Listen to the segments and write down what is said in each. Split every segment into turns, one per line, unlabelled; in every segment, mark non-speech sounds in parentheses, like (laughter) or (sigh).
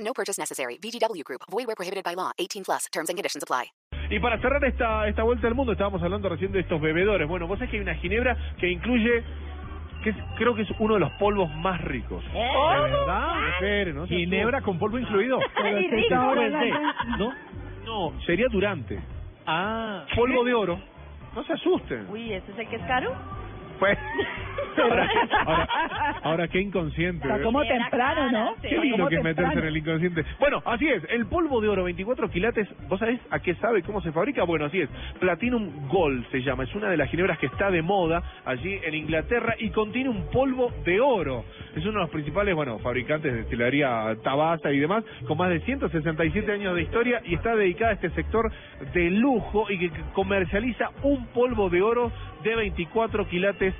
No purchase necessary. VGW Group. Void where prohibited by law. 18 plus. Terms and conditions apply.
Y para cerrar esta, esta vuelta al mundo, estábamos hablando recién de estos bebedores. Bueno, vos sabés que hay una ginebra que incluye, que es- creo que es uno de los polvos más ricos.
¿Eh?
¿De verdad? Espere, no sea
Ginebra con polvo incluido.
(laughs) Pero
tú.
Qué rico,
Ahora
¿verdad?
sé, ¿no? No, sería durante.
Ah.
Polvo de oro. No se asusten.
Uy, ¿ese es el que es caro?
Pues-
(laughs)
ahora, ahora, ahora, qué inconsciente. ¿eh?
como
Era
temprano,
cara,
¿no?
sí.
Qué lindo
Como
que es meterse en
temprano.
el inconsciente. Bueno, así es. El polvo de oro, 24 quilates. ¿Vos sabés a qué sabe? ¿Cómo se fabrica? Bueno, así es. Platinum Gold se llama. Es una de las ginebras que está de moda allí en Inglaterra y contiene un polvo de oro. Es uno de los principales, bueno, fabricantes de destilería Tabasa y demás, con más de 167 años de historia y está dedicada a este sector de lujo y que comercializa un polvo de oro de 24 quilates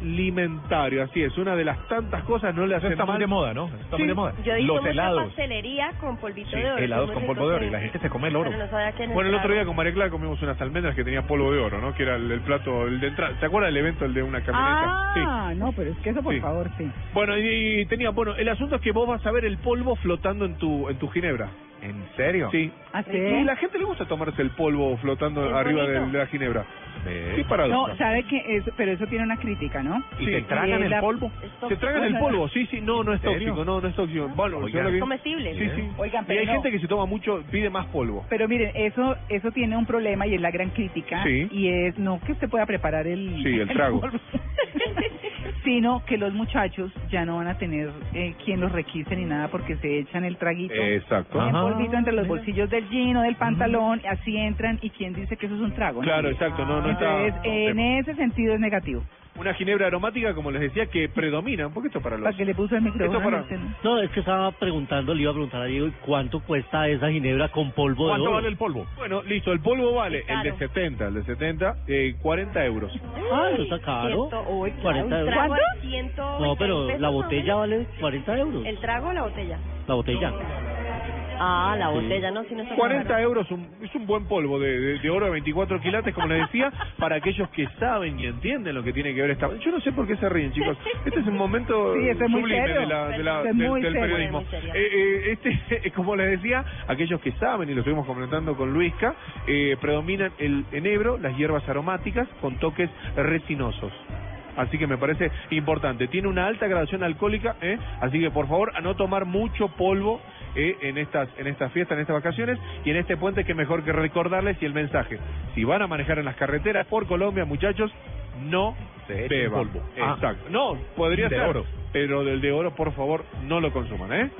alimentario. Así es, una de las tantas cosas, no le
Eso
hace
está muy
mal.
de moda, ¿no? Está muy
Sí.
de moda.
Yo he visto
Los
mucha
helados.
pastelería con polvito
Sí,
de oro.
helados
que
con
muy
polvo de oro,
rico
y la
que-
gente se come el oro.
Pero no sabía que en
Bueno, el otro día
Estado.
con María Clara comimos unas almendras que tenía polvo de oro, ¿no? Que era el, el plato, el de entrada. ¿Se acuerda del evento, el de una camioneta?
Ah, no, pero es que eso por
Sí.
favor, sí.
Sí. Bueno, y, y tenía, bueno, el asunto es que vos vas a ver el polvo flotando en tu en tu ginebra.
¿En serio?
Sí.
Así
Y la gente le gusta tomarse el polvo flotando
Es
arriba
bonito.
del- de la ginebra.
Ve.
Qué paradoja.
No, sabe que eso, pero eso tiene una crítica, ¿no?
¿Y
Sí.
te tragan
Eh,
el
la-
polvo?
Es
Se
tóxico.
tragan el polvo, sí, sí, no, no es
¿En serio?
tóxico, no, no es tóxico. Bueno,
Oigan.
¿sabes
Es
lo que-
comestible.
Sí, sí.
Oigan,
y
pero
hay
no.
gente que se toma mucho, pide más polvo.
Pero miren, eso eso tiene un problema y es la gran crítica
Sí.
y es no que usted pueda preparar (laughs) el
Sí, el trago.
polvo, sino que los muchachos ya no van a tener eh, quien los requise ni nada porque se echan el traguito.
Exacto. Mm.
el
Ajá.
polvito entre los
mira.
bolsillos del jean o del pantalón, así entran y quién dice que eso es un trago.
Claro,
Nadie.
exacto, no, no está.
Entonces, en ese sentido es negativo.
Una ginebra aromática, como les decía, que predomina, porque esto para los...
¿Para que le puso el micrófono?
Esto para-
No sé, ¿no?
No, es que estaba preguntando, le iba a preguntar a Diego, ¿y ¿cuánto cuesta esa ginebra con polvo de
¿Cuánto
oro?
vale el polvo?
Bueno, listo, el polvo vale el
Claro.
de 70, el de 70, eh, 40 euros.
Ah, no está caro.
Ciento-
Uy,
claro,
40
un
euros.
trago a
¿Cuánto?
120
No, pero
pesos,
la
más o
botella
menos.
vale 40 euros.
¿El trago o la botella?
La botella.
Ah, la botella, no, si no está
40
caro.
euros un- es un buen polvo de, de- de oro de 24 quilates, como les
(laughs)
decía, para aquellos que saben y entienden lo que tiene que ver esta... Yo no sé por qué se ríen, chicos. Este es un momento
(laughs) Sí, eso es muy
sublime
serio.
de la- de la-
Eso es
del-
muy
del
serio.
periodismo.
Muy serio.
Eh, eh, este, (laughs) como les decía, aquellos que saben, y lo estuvimos comentando con Luisca, eh, predominan el enebro, las hierbas aromáticas con toques resinosos. Así que me parece importante. Tiene una alta graduación alcohólica, ¿eh? así que por favor a no tomar mucho polvo ¿eh? en estas en estas fiestas, en estas vacaciones y en este puente que mejor que recordarles y el mensaje. Si van a manejar en las carreteras por Colombia, muchachos, no
Se echen
beban.
polvo. Ah.
Exacto. No, podría
De
ser.
oro.
Pero del de oro, por favor, no lo consuman, ¿eh?